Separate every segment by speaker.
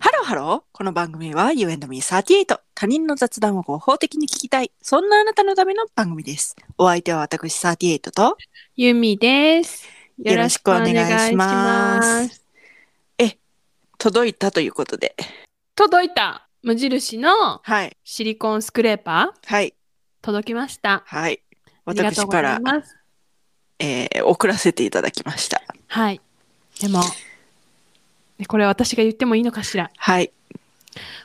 Speaker 1: ハロー。この番組は You and me38。他人の雑談を合法的に聞きたい。そんなあなたのための番組です。お相手は私38と
Speaker 2: ゆみです。
Speaker 1: よろしくお願いします。届いたということで。
Speaker 2: 届いた無印の
Speaker 1: はい。
Speaker 2: シリコンスクレーパー
Speaker 1: はい。
Speaker 2: 届きました。
Speaker 1: はい。
Speaker 2: ありがと
Speaker 1: 私
Speaker 2: うご
Speaker 1: か
Speaker 2: ざ
Speaker 1: ら
Speaker 2: い、ます。
Speaker 1: えー送らせていただきました。
Speaker 2: はい。でも、ねこれ私が言ってもいいのかしら。
Speaker 1: はい。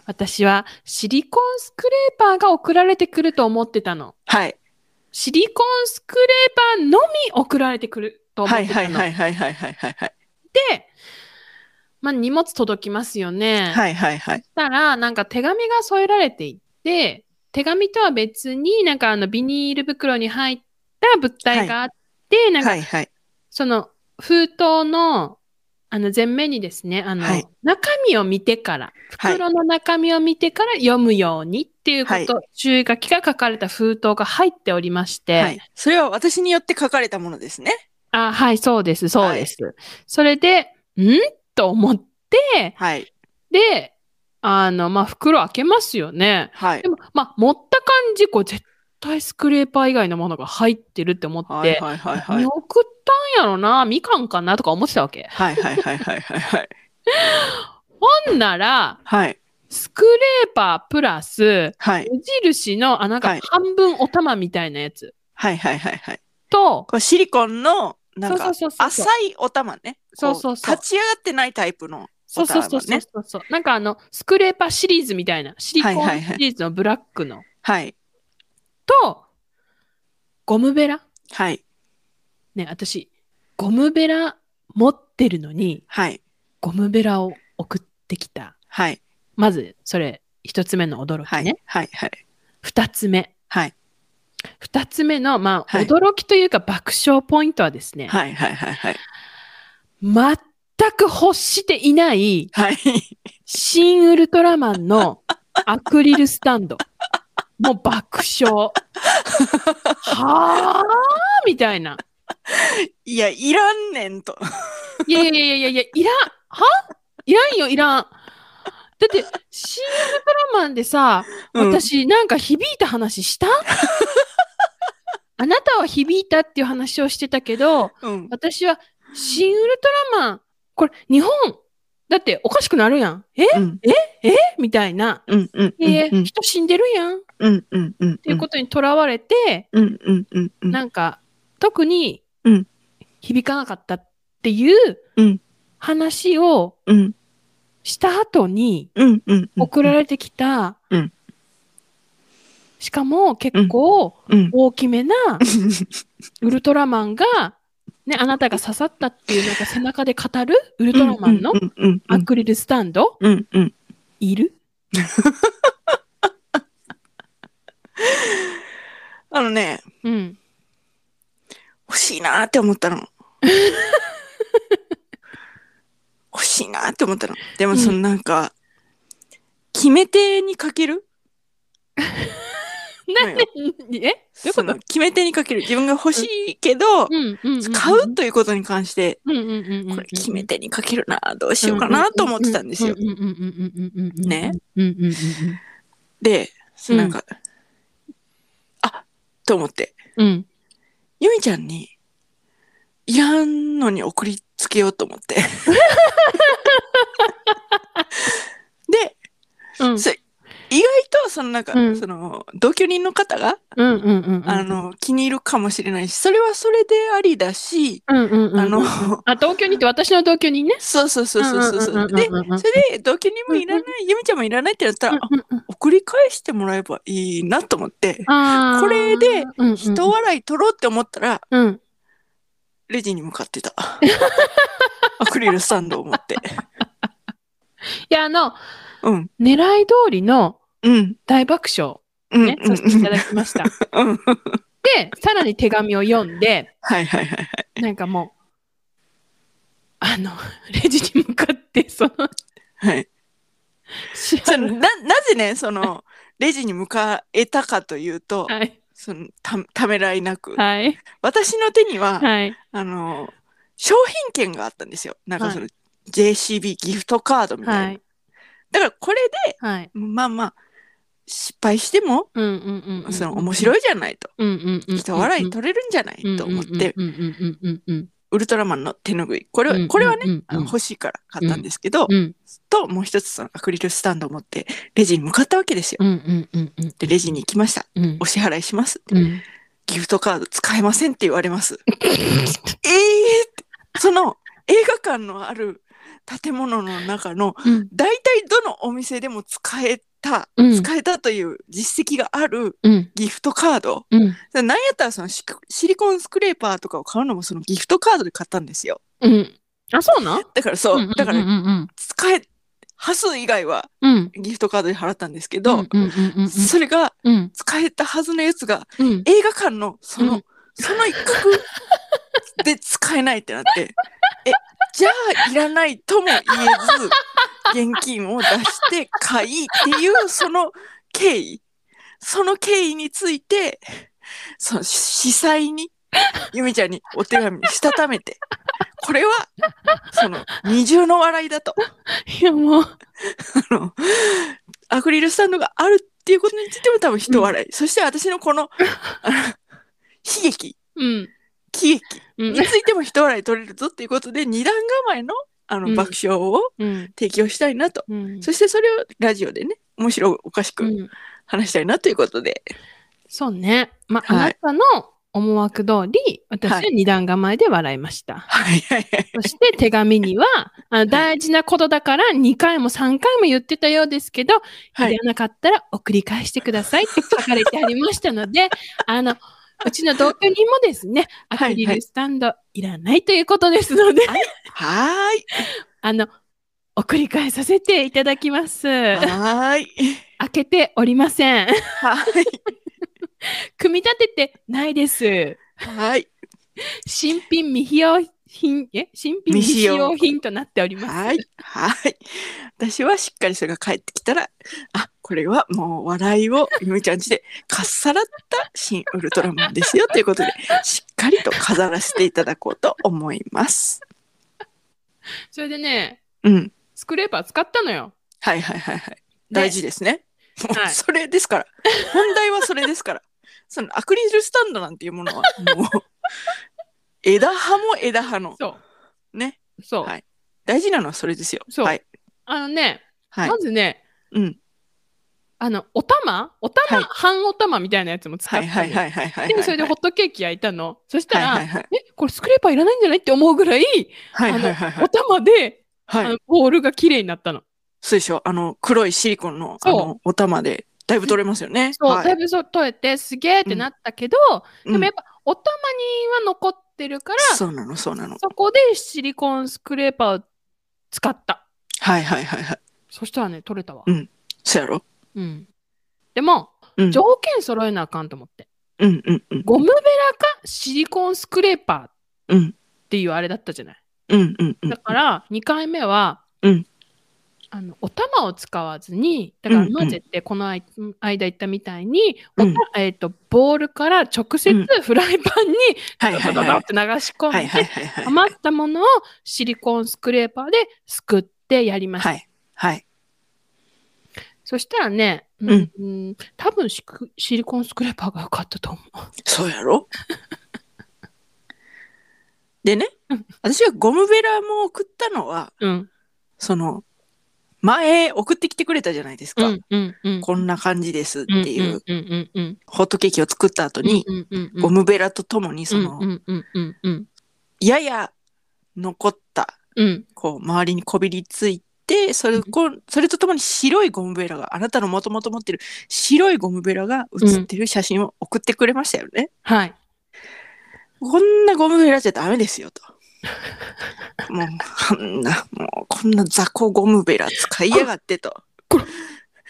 Speaker 2: 私はシリコンスクレーパーが送られてくると思ってたの。
Speaker 1: はい。
Speaker 2: シリコンスクレーパーのみ送られてくると思っ
Speaker 1: は
Speaker 2: て
Speaker 1: い。
Speaker 2: たの。
Speaker 1: はい。はい。はい。はい。はい。はい。はい。
Speaker 2: で、まあ、荷物届きますよね。
Speaker 1: はい。はい。はい。
Speaker 2: したら、なんか手紙が添えられていて、手紙とは別になんかあのビニール袋に入った物体があって、なんか
Speaker 1: はい。はい。
Speaker 2: その封筒のあの前面にですね、あの、
Speaker 1: はい
Speaker 2: 中身を見てから、
Speaker 1: はい
Speaker 2: 袋の中身を見てから読むようにっていうこと、
Speaker 1: はい
Speaker 2: 注意書きが書かれた封筒が入っておりまして、
Speaker 1: はい。それは私によって書かれたものですね。
Speaker 2: あ、はい、そうです、そうです。それで、んと思って、
Speaker 1: はい。
Speaker 2: で、あの、まあ、袋開けますよね。
Speaker 1: はい
Speaker 2: で。も、まあ、持った感じ、こう、絶対スクレーパー以外のものが入ってるって思って、
Speaker 1: はい。はい。はい。はい。
Speaker 2: 何送ったんやろな、みかんかなとか思ってたわけ。
Speaker 1: はいはいはいはいはいはい。
Speaker 2: ほんなら、
Speaker 1: はい。
Speaker 2: スクレーパープラス、
Speaker 1: はい。
Speaker 2: 無印の、あ、な
Speaker 1: は
Speaker 2: んか
Speaker 1: い
Speaker 2: 半分お玉みたいなやつ
Speaker 1: はいはいはいはい。
Speaker 2: と、
Speaker 1: これシリコンの、なんか、
Speaker 2: そうそうそうそ
Speaker 1: 浅
Speaker 2: う。
Speaker 1: いお玉ね。
Speaker 2: そうそうそ
Speaker 1: こ
Speaker 2: う
Speaker 1: 立ち上がってないタイプの。
Speaker 2: そうそうそうそうそうそう。なんかあの、スクレーパーシリーズみたいな、シリコン
Speaker 1: はいはいはい
Speaker 2: シリーズのブラックの。
Speaker 1: はい。
Speaker 2: と、ゴムベラ
Speaker 1: はい。
Speaker 2: ね、私、ゴムベラ持ってるのに、
Speaker 1: はい。
Speaker 2: ゴムベラを送ってきた。
Speaker 1: はい。
Speaker 2: まず、それ、一つ目の驚
Speaker 1: は
Speaker 2: き
Speaker 1: い。
Speaker 2: ね。
Speaker 1: はい。はい。
Speaker 2: 二、つ目。
Speaker 1: はい。
Speaker 2: 二つ目の、まあ、
Speaker 1: はい
Speaker 2: 驚きというか爆笑ポイントはですね、
Speaker 1: はい。はい。はい。はい。
Speaker 2: 全く欲していない、
Speaker 1: はい。
Speaker 2: 新ウルトラマン のアクリルスタンド。もう爆笑。はぁーみたいな。
Speaker 1: いや、いらんねんと。
Speaker 2: いやいやいやいやいや、いらん。はいらんよ、いらん。だって、新ウルトラマンでさ、
Speaker 1: うん、
Speaker 2: 私、なんか響いた話したあなたは響いたっていう話をしてたけど、
Speaker 1: うん。
Speaker 2: 私は、新ウルトラマン、これ、日本、だっておかしくなるやん。え
Speaker 1: うん。
Speaker 2: みたいな。
Speaker 1: うん。うん。うん。
Speaker 2: え人死んでるやん。っ
Speaker 1: うん。うん。うん。
Speaker 2: ていうことにとらわれて、
Speaker 1: うん。うん。うん。うん。
Speaker 2: なんか、特に
Speaker 1: うん、
Speaker 2: 響かなかったっていう
Speaker 1: うん、
Speaker 2: 話を
Speaker 1: うん。
Speaker 2: した後に、
Speaker 1: うん。うん。
Speaker 2: 送られてきた
Speaker 1: うん、
Speaker 2: しかも結構
Speaker 1: うん。
Speaker 2: 大きめな、ウルトラマンが、ね、あなたが刺さったっていう、なんか背中で語るウルトラマンの
Speaker 1: うん。うん。う
Speaker 2: ア
Speaker 1: ん。
Speaker 2: クリルスタンド、
Speaker 1: うん。うん。
Speaker 2: いる
Speaker 1: あのね、
Speaker 2: うん。
Speaker 1: 欲しいなーって思った の。欲しいなーって思ったの。でもそのなんか、決め手にかける
Speaker 2: な
Speaker 1: なんん
Speaker 2: で
Speaker 1: よ、
Speaker 2: えどういう
Speaker 1: そ
Speaker 2: こ
Speaker 1: の
Speaker 2: と
Speaker 1: 決め手にかける。自分が欲しいけど、
Speaker 2: うんうんんん
Speaker 1: 買うということに関して、
Speaker 2: うんうんうんうんうん。
Speaker 1: これ決め手にかけるなー、どうしようかなーと思ってたんですよ
Speaker 2: う。んうんうんうんうんうんうん。
Speaker 1: ね
Speaker 2: うんうんうん
Speaker 1: で、そのなんか、あと思って、
Speaker 2: うん。うん。
Speaker 1: ゆみちゃんに、いらんのに送りつけようと思 って。で、
Speaker 2: うん
Speaker 1: そ意外とそのなんか、
Speaker 2: うん
Speaker 1: その同居人の方が、
Speaker 2: うんうんうんうん。
Speaker 1: あ、の気に入るかもしれないしそれはそれでありだし、
Speaker 2: うんうんうん。
Speaker 1: あの、
Speaker 2: あ、同居人って私の同居人ね。
Speaker 1: そうそうそうそうそう,、
Speaker 2: うんうんうん
Speaker 1: で
Speaker 2: うんうん
Speaker 1: それで同居人もいらない、ゆみちゃんもいらないってなったら、あ
Speaker 2: うんうんうん
Speaker 1: 送り返してもらえばいいなと思って、
Speaker 2: あー
Speaker 1: これで、
Speaker 2: うんうん
Speaker 1: 人笑い取ろうって思ったら
Speaker 2: うん。
Speaker 1: レジに向かって たアクリルスタンドを持って
Speaker 2: いや、あの、
Speaker 1: うん
Speaker 2: 狙い通りの
Speaker 1: うん
Speaker 2: 大爆笑
Speaker 1: うん、
Speaker 2: ね、
Speaker 1: うん
Speaker 2: させていただきました。
Speaker 1: うん
Speaker 2: で、さらに手紙を読んで、
Speaker 1: はいはいはい
Speaker 2: なんかもう、あの、レジに向かって、その、
Speaker 1: はい
Speaker 2: 知
Speaker 1: そ
Speaker 2: ら
Speaker 1: の
Speaker 2: な
Speaker 1: ななぜねそのレジに向かえたかというと、
Speaker 2: はい、
Speaker 1: そのたためらいなく、
Speaker 2: はい、
Speaker 1: 私の手には、
Speaker 2: はい、
Speaker 1: あの商品券があったんですよなんかその、
Speaker 2: は
Speaker 1: JCB ギフトカードみたいな、
Speaker 2: はい。
Speaker 1: だからこれで、
Speaker 2: はい。
Speaker 1: まあまあ、失敗しても、
Speaker 2: うんうんうんうん。
Speaker 1: その面白
Speaker 2: い。
Speaker 1: いじゃないと。
Speaker 2: うんうんうん。
Speaker 1: 人笑い取れるんじゃないと思って、
Speaker 2: うんうんうんうんうん
Speaker 1: ウルトラマンの手ぬぐい。これ
Speaker 2: うんう
Speaker 1: は、
Speaker 2: ん。
Speaker 1: これはね、
Speaker 2: うん
Speaker 1: あの
Speaker 2: うん
Speaker 1: 欲しいから買ったんですけど、
Speaker 2: うん
Speaker 1: と、もう一つそのアクリルスタンドを持って、レジに向かったわけですよ。
Speaker 2: うんうんうんうん
Speaker 1: で、レジに行きました。
Speaker 2: うん
Speaker 1: お支払いしますって。
Speaker 2: うん。
Speaker 1: ギフトカード使えませんって言われ ます。えーって。その映画館のある建物の中の
Speaker 2: うん
Speaker 1: 大体どのお店でも使えた、
Speaker 2: うん
Speaker 1: 使えたという実績がある
Speaker 2: うん
Speaker 1: ギフトカード。
Speaker 2: うん
Speaker 1: なんやったらそのシクシリコンスクレーパーとかを買うのもそのギフトカードで買ったんですよ。
Speaker 2: うん。あ、そうなん
Speaker 1: だからそう、だから
Speaker 2: うんうん
Speaker 1: 使え、端数以外は
Speaker 2: うんうん。
Speaker 1: ギフトカードで払ったんですけど、
Speaker 2: うんうんうん
Speaker 1: それが
Speaker 2: うん
Speaker 1: 使えたはずのやつが
Speaker 2: うんうん。
Speaker 1: 映画館のその、
Speaker 2: うん
Speaker 1: その一角で使えないってなって えじゃあいらないとも言えず現金を出して買いっていうその経緯その経緯についてその司祭にゆみちゃんにお手紙にしたためてこれはその二重の笑いだと
Speaker 2: いやもう、
Speaker 1: あのアクリルスタンドがあるっていうことについても多分人笑い、そして私のこのあの悲劇
Speaker 2: うん。
Speaker 1: 喜劇
Speaker 2: う
Speaker 1: に
Speaker 2: ん
Speaker 1: ついても一笑い取れるぞっていうことで二段構えのあ
Speaker 2: う
Speaker 1: の
Speaker 2: ん
Speaker 1: 爆笑を
Speaker 2: うん。
Speaker 1: 提供したいなと、
Speaker 2: うん
Speaker 1: そしてそれをラジオでね面白おかし
Speaker 2: う
Speaker 1: く
Speaker 2: ん
Speaker 1: 話したいなということで、
Speaker 2: そうね。まあ、
Speaker 1: はい
Speaker 2: あなたの思惑通り、私は二段構えで笑いました。
Speaker 1: はいはいはい
Speaker 2: そして手紙 には、あの大事なことだから2回も3回も言ってたようですけど、
Speaker 1: はい
Speaker 2: いらなかったら送り返してくださいって書かれてありました ので、あの、うちの同居人もですね、ア
Speaker 1: はい
Speaker 2: クリルスタンドいらないということですので、
Speaker 1: はーい
Speaker 2: あの、送り返させていただきます。開
Speaker 1: はーい
Speaker 2: けておりません。
Speaker 1: はーい
Speaker 2: 組み立ててないです。
Speaker 1: はーい
Speaker 2: 新品未使用品、え新品未使用品となっております。
Speaker 1: はーいはーい私はしっかりそれが帰ってきたらあこれはもう笑いをゆめちゃんちでかっさらった新ウルトラマンですよということでしっかりと飾らせていただこうと思います
Speaker 2: それでね、
Speaker 1: うん
Speaker 2: スクレーパー使ったのよ。
Speaker 1: はいはいはいはい。
Speaker 2: で
Speaker 1: 大事ですね。もう
Speaker 2: はい
Speaker 1: それですから。問題はそれですから。そのアクリルスタンドなんていうものは、もう、枝葉も枝葉の。
Speaker 2: そ
Speaker 1: ね。
Speaker 2: う。そう。
Speaker 1: はい大事なのはそれですよ。
Speaker 2: そう
Speaker 1: はい。
Speaker 2: あのね、
Speaker 1: はい
Speaker 2: ま。ずね、
Speaker 1: うん。
Speaker 2: あの、お玉お玉、
Speaker 1: はい
Speaker 2: 半お玉みたいなやつも使った
Speaker 1: は
Speaker 2: の
Speaker 1: い
Speaker 2: よ
Speaker 1: はいはいはいはい。
Speaker 2: でそれでホットケーキ焼いたの。そしたら、
Speaker 1: はいはい
Speaker 2: え、これスクレーパーいらないんじゃないって思うぐらい、
Speaker 1: はいはいはいはいは
Speaker 2: お
Speaker 1: い。
Speaker 2: 玉で、あ
Speaker 1: はい
Speaker 2: の。ボールが綺麗になったの。
Speaker 1: そうでしょ。あの、黒いシリコンの、あ
Speaker 2: そう
Speaker 1: の、お玉で、だいぶ取れますよね。
Speaker 2: そう、
Speaker 1: はい
Speaker 2: だいぶそう取れて、すげーってなったけど、
Speaker 1: うん
Speaker 2: でもやっぱ、お玉には残ってるから、
Speaker 1: そうなの、そうなの。
Speaker 2: そこでシリコンスクレーパーを使った。
Speaker 1: はいはいはいはい。
Speaker 2: そしたらね、取れたわ。
Speaker 1: うんそうやろ。
Speaker 2: うん。でも、
Speaker 1: うん。
Speaker 2: 条件揃えなあかんと思って。
Speaker 1: うんうんうん。
Speaker 2: ゴムベラかシリコンスクレーパーっ
Speaker 1: うん
Speaker 2: ていうあれだったじゃない。
Speaker 1: うんうんうん
Speaker 2: だ。から2回目は、
Speaker 1: うん
Speaker 2: あのお玉を使わずにだから
Speaker 1: うんうん
Speaker 2: 混ぜてこのあい間言ったみたいに、
Speaker 1: うん
Speaker 2: おたえー、とボールから直接フライパンに
Speaker 1: は
Speaker 2: ダ
Speaker 1: いは
Speaker 2: ダ
Speaker 1: い
Speaker 2: ダダ
Speaker 1: は
Speaker 2: って流し込ん
Speaker 1: い。はいはい
Speaker 2: で
Speaker 1: はいはい。
Speaker 2: 余ったものをシリコンスクレーパーですくってやりました、
Speaker 1: はい。はい。
Speaker 2: そしたらね、うんうん、多分シクシリコンスクレーパーが良かったと思う
Speaker 1: そうやろ でね、私がゴムベラも送ったのは、
Speaker 2: うん
Speaker 1: その、前送ってきてくれたじゃないです
Speaker 2: う
Speaker 1: か。
Speaker 2: んうんうん
Speaker 1: こんな感じですっていう、
Speaker 2: うんうんうん
Speaker 1: ホットケーキを作った後
Speaker 2: うん
Speaker 1: に、
Speaker 2: うんうんうん
Speaker 1: ゴムベラとともに、その、
Speaker 2: うんうんうんうん
Speaker 1: やや残った、
Speaker 2: うん
Speaker 1: こう、周りにこびりついて、それこそれとともに白いゴムベラが、あなたのもともと持ってる白いゴムベラが写ってる写真を送ってくれましたよね。
Speaker 2: はい
Speaker 1: こんなゴムベラじゃダメですよと。もう、あんな、もう、こんな雑魚ゴムベラ使いやがってと
Speaker 2: こら。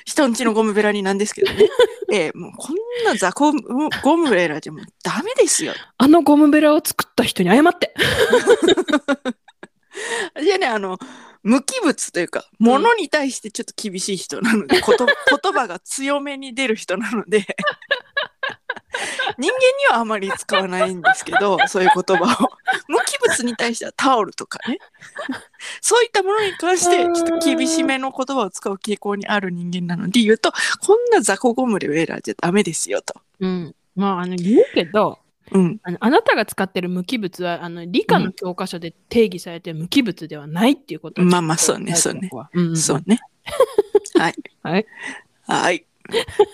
Speaker 1: 人んちのゴムベラになんですけどね。ええもうこんな雑魚ゴムベラじゃもうダメですよ。
Speaker 2: あのゴムベラを作った人に謝って。
Speaker 1: 私はね、あの、無機物というか、物に対してち ょっと厳しい人なので、こと言葉が強めに出る人なので、人間にはあまり使わないんですけど、そういう言葉を。無機物に対してはタオルとかね。そういったものに関して、ちょっと厳しめの言葉を使う傾向にある人間なので言うと、こんな雑魚ゴムレを選んじゃダメですよと。
Speaker 2: うん。まあ、あの、言うけど、
Speaker 1: うん。
Speaker 2: あのあなたが使ってる無機物は、あの、理科の教科書で定義されてる無機物ではないっていうことを
Speaker 1: まあまあ、そうね、そうね。。
Speaker 2: うんうん、
Speaker 1: そうね。はい。
Speaker 2: はい。
Speaker 1: はい。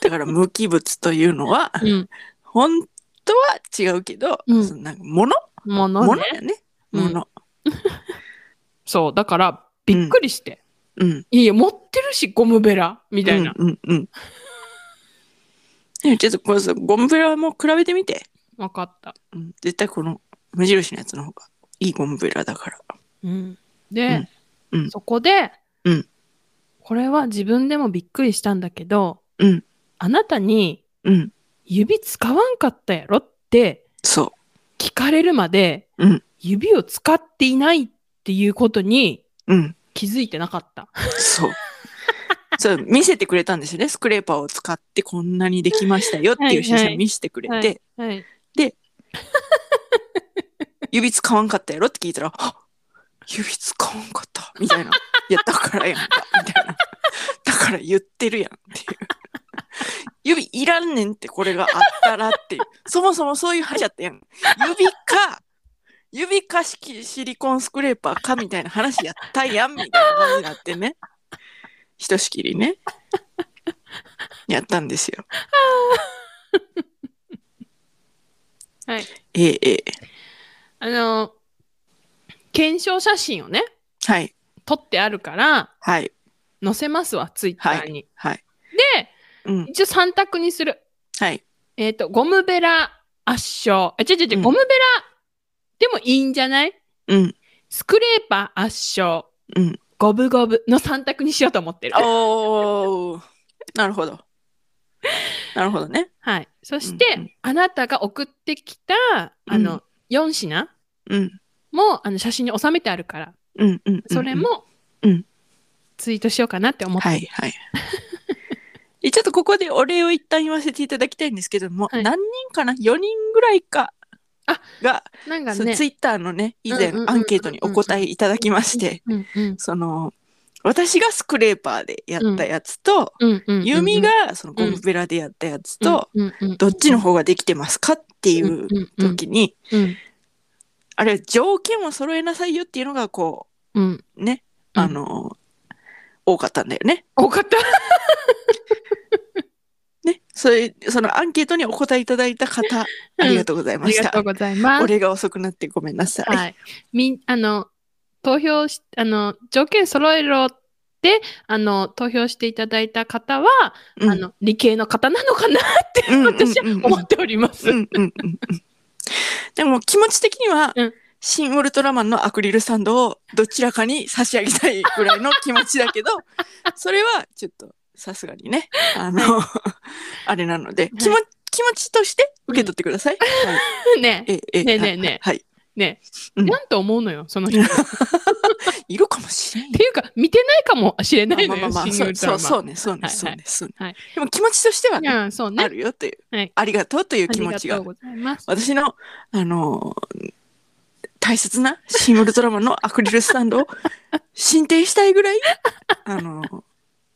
Speaker 1: だから無機物というのは、
Speaker 2: うん。
Speaker 1: 本当は違うけど、
Speaker 2: うん
Speaker 1: そのなんか物
Speaker 2: ものね
Speaker 1: 物だね。
Speaker 2: うん
Speaker 1: 物。
Speaker 2: そう、だから、びっくりして。
Speaker 1: うん。
Speaker 2: いや、持ってるし、ゴムベラ、みたいな。
Speaker 1: うんうんうん。でもちょっとこのさゴムベラも比べてみて。
Speaker 2: わ、かった。
Speaker 1: うん絶対この無印のやつの方がいいゴムベラだから。
Speaker 2: うん、で、
Speaker 1: うんうん
Speaker 2: そこで、
Speaker 1: うん
Speaker 2: これは自分でもびっくりしたんだけど、
Speaker 1: うん
Speaker 2: あなたに
Speaker 1: うん。
Speaker 2: 指使わんかったやろって
Speaker 1: そ
Speaker 2: 聞かれるまで、
Speaker 1: うん
Speaker 2: 指を使っていないっていうことに
Speaker 1: う。うん。
Speaker 2: 気づいてなかった。
Speaker 1: そう。 そう見せてくれたんですよね。スクレーパーを使ってこんなにできましたよっていう写
Speaker 2: はい
Speaker 1: 真
Speaker 2: は
Speaker 1: を
Speaker 2: い
Speaker 1: 見せてくれて、
Speaker 2: はいはい、
Speaker 1: 指使わんかったやろって聞いたら、あ指使わんかったみたいな。いや、だからやんか、みたいな。だから言ってるやんっていう。指いらんねんってこれがあったらっていう。そもそもそういう話やったやん。指か、指か式シリコンスクレーパーかみたいな話やったやんみたいな感じになってね。ひとしきりね。やったんですよ。
Speaker 2: はい
Speaker 1: ええええ。
Speaker 2: あの検証写真をね
Speaker 1: はい。
Speaker 2: 撮ってあるから
Speaker 1: はい。
Speaker 2: 載せますわツイッターに。
Speaker 1: はい。
Speaker 2: で
Speaker 1: うん。
Speaker 2: 一応3択にする。
Speaker 1: はい。
Speaker 2: えっ、とゴムベラ圧勝。あ違う違う違
Speaker 1: う
Speaker 2: うんゴムベラでもいいんじゃない
Speaker 1: うん。
Speaker 2: スクレーパー圧勝、
Speaker 1: うん
Speaker 2: ゴブゴブの3択にしようと思ってる。
Speaker 1: おー なるほど。なるほどね。
Speaker 2: はい、そして、
Speaker 1: うんうん
Speaker 2: あなたが送ってきたあ
Speaker 1: う
Speaker 2: の、4品
Speaker 1: うん。
Speaker 2: もあの写真に収めてあるから
Speaker 1: うんうん、うん
Speaker 2: それ。も、
Speaker 1: うん
Speaker 2: ツイートしようかなって思って、
Speaker 1: はい はい。えちょっとここでお礼を一旦言わせていただきたいんですけども、
Speaker 2: はい
Speaker 1: 何人かな4人ぐらいか
Speaker 2: あ
Speaker 1: が、
Speaker 2: なんか
Speaker 1: そう
Speaker 2: ね
Speaker 1: ツイッターのね以
Speaker 2: う
Speaker 1: 前
Speaker 2: んうんうんうん
Speaker 1: アンケートにお答えいただきまして、
Speaker 2: うんうん
Speaker 1: その私がスクレーパーでやったやつと、
Speaker 2: うんうんうん
Speaker 1: ユミがそのゴムベラでやったやつと、
Speaker 2: うんうんうん
Speaker 1: どっちの方ができてますかってい
Speaker 2: うん
Speaker 1: う時に、
Speaker 2: うん
Speaker 1: あれ条件を揃えなさいよっていうのがこ
Speaker 2: うん
Speaker 1: うね
Speaker 2: うん
Speaker 1: あの、多かったんだよね。
Speaker 2: 多かった
Speaker 1: ねそれそのアンケートにお答えいただいた方ありがとうござい
Speaker 2: あ
Speaker 1: ま
Speaker 2: り
Speaker 1: し
Speaker 2: がと
Speaker 1: た
Speaker 2: う。ございます。
Speaker 1: 俺が遅くなってごめんなさい。
Speaker 2: はい、みんあの投票しあの条件揃えろってあの投票していただいた方は、
Speaker 1: うん
Speaker 2: あの理系の方なのかなって
Speaker 1: うんうんうん
Speaker 2: 私は思っております。
Speaker 1: うんうんうんうんでも気持ち的には、
Speaker 2: うん
Speaker 1: 新ウルトラマンのアクリルスタンドをどちらかに差し上げたいぐらいの気持ちだ けどそれはちょっとさすがにねあの、あれなので、気も気持ちとして受け取ってください。はい
Speaker 2: ね
Speaker 1: ええ
Speaker 2: ねえねえねえ
Speaker 1: はい。
Speaker 2: ね、
Speaker 1: うん
Speaker 2: なんと思うのよその人。っ
Speaker 1: いるかもしれんよ。
Speaker 2: ていうか見てないかもしれないのよ、シング
Speaker 1: そ
Speaker 2: ル
Speaker 1: う
Speaker 2: ドラ
Speaker 1: そ
Speaker 2: マ
Speaker 1: うそうね、そうね、
Speaker 2: はい
Speaker 1: そうね、そう
Speaker 2: は
Speaker 1: ね
Speaker 2: い。
Speaker 1: でも気持ちとしてはね、
Speaker 2: いやそうね。
Speaker 1: あ
Speaker 2: あ
Speaker 1: るよとい、
Speaker 2: はいう
Speaker 1: ありがとうという気
Speaker 2: り
Speaker 1: 持
Speaker 2: が
Speaker 1: ち
Speaker 2: と
Speaker 1: が
Speaker 2: う、ございます。
Speaker 1: 私の、あのー、大切なシングルドラマのアクリルスタン ドを進呈したいぐらい、あのー、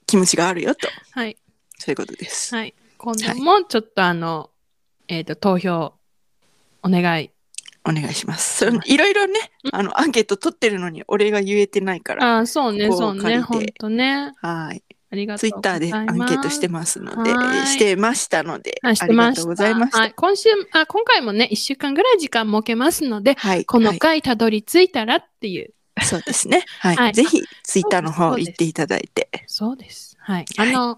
Speaker 1: 気持ちがあるよと、
Speaker 2: はい
Speaker 1: そういうことです。
Speaker 2: はい。今度もちょっとあの、えっ、と投票お願い。
Speaker 1: お願いします。そのいろいろね、あの、アンケート取ってるのにお礼が言えてないから、
Speaker 2: あーそうね
Speaker 1: こう
Speaker 2: そう
Speaker 1: 借
Speaker 2: ね
Speaker 1: りて
Speaker 2: 本当ね。
Speaker 1: はい。
Speaker 2: ありがと
Speaker 1: ツ
Speaker 2: う
Speaker 1: イッターでアンケートして
Speaker 2: ま
Speaker 1: ますので、え
Speaker 2: はー
Speaker 1: ー
Speaker 2: い
Speaker 1: してましたので、あ
Speaker 2: あ
Speaker 1: り
Speaker 2: して
Speaker 1: が
Speaker 2: ま
Speaker 1: とう
Speaker 2: した
Speaker 1: ございました。
Speaker 2: はい、今週あ、今回もね、1週間ぐらい時間設けますので、
Speaker 1: はい。
Speaker 2: この
Speaker 1: はい
Speaker 2: 回たどり着いたらっていう。
Speaker 1: そうですね。はい。
Speaker 2: はい
Speaker 1: ぜひ、ツイッターの
Speaker 2: そ
Speaker 1: 方
Speaker 2: うです
Speaker 1: 行っていただいて。
Speaker 2: そうです。はい。
Speaker 1: は
Speaker 2: あ
Speaker 1: い
Speaker 2: の、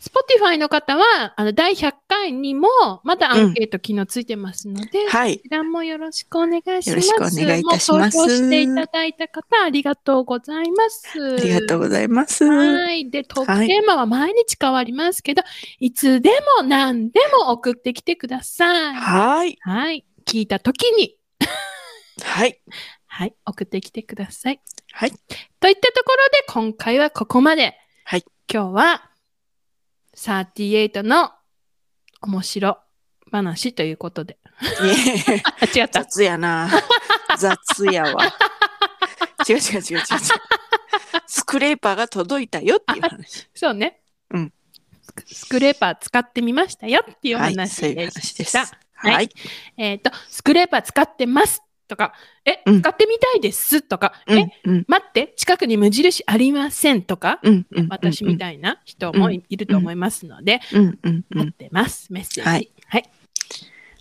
Speaker 2: Spotify の方は、あの、第100回にも、まだアンケート機能ついてますので、こ
Speaker 1: はい。
Speaker 2: ちらもよろしくお願いします。
Speaker 1: よろしくお願いいたします
Speaker 2: もう投票していただいた方、ありがとうございます。
Speaker 1: ありがとうございます。
Speaker 2: はい。で、トークテーマは毎日変わりますけど、い、つでも何でも送ってきてください。
Speaker 1: はい。
Speaker 2: はい。聞いた時に、
Speaker 1: はい。
Speaker 2: はい。送ってきてください。
Speaker 1: はい。
Speaker 2: といったところで、今回はここまで。
Speaker 1: はい。
Speaker 2: 今日は、38の面白話ということで。
Speaker 1: いえ
Speaker 2: あ、違った。
Speaker 1: 雑やな。雑やわ。違う違う違う違う違う。スクレーパーが届いたよっていう話。
Speaker 2: そうね。
Speaker 1: うん
Speaker 2: スク。スクレーパー使ってみましたよっていう
Speaker 1: はい、そうい
Speaker 2: 話
Speaker 1: う
Speaker 2: で
Speaker 1: 話で
Speaker 2: し
Speaker 1: す
Speaker 2: た。。
Speaker 1: は。
Speaker 2: はいえっ、と、スクレーパー使ってますとか、え、
Speaker 1: うん
Speaker 2: 使ってみたいですとか、
Speaker 1: う
Speaker 2: え
Speaker 1: ん、うん、
Speaker 2: 待って、近くに無印ありませんとか、
Speaker 1: うん、うん。
Speaker 2: 私みたいな人もいいると思いますので、
Speaker 1: うん、うん、う
Speaker 2: 持っ
Speaker 1: ん。
Speaker 2: てます、メッセージ。
Speaker 1: は
Speaker 2: はいい。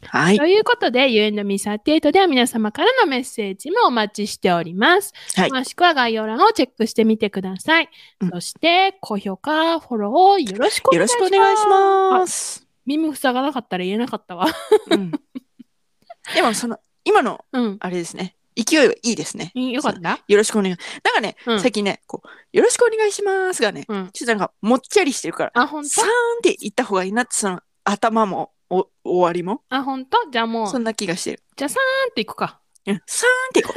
Speaker 1: はい
Speaker 2: と。いうことで、You and Me38 では皆様からのメッセージもお待ちしております。
Speaker 1: はい
Speaker 2: 詳しくは概要欄をチェックしてみてください。
Speaker 1: うん
Speaker 2: そして、高評価、フォローをよろしくお
Speaker 1: よろ
Speaker 2: 願いし
Speaker 1: し
Speaker 2: ま
Speaker 1: く
Speaker 2: す。
Speaker 1: お願いします。
Speaker 2: 耳塞がなかったら言えなかったわ。
Speaker 1: うん。でも、その、今の、
Speaker 2: うん。
Speaker 1: あれですね。勢いがいいですね。
Speaker 2: いいよかった
Speaker 1: よろしくお願い。なんかね、
Speaker 2: うん
Speaker 1: 最近ね、こう、よろしくお願いしますがね、
Speaker 2: うん。
Speaker 1: ちょっとなんか、もっちゃりしてるから、
Speaker 2: あ、本
Speaker 1: さーんって言った方がいいなって、その、頭も、お、終わりも、
Speaker 2: 当あ、本当じゃあもう、
Speaker 1: そんな気がしてる。
Speaker 2: じゃあさーんっていくか。
Speaker 1: うん、さーんっていこ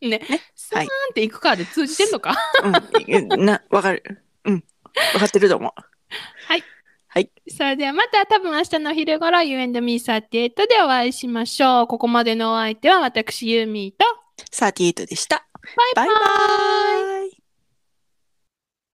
Speaker 1: う。
Speaker 2: ね。さーんっていくかで通じてんのか。
Speaker 1: うんうん、な、わかる。うん。わかってると思う。
Speaker 2: それではまた多分明日のお昼頃 You and me38 でお会いしましょう。ここまでのお相手は私ユーミーと
Speaker 1: 38でした。
Speaker 2: バ
Speaker 1: バ
Speaker 2: イバ
Speaker 1: イバ
Speaker 2: イ
Speaker 1: ーイ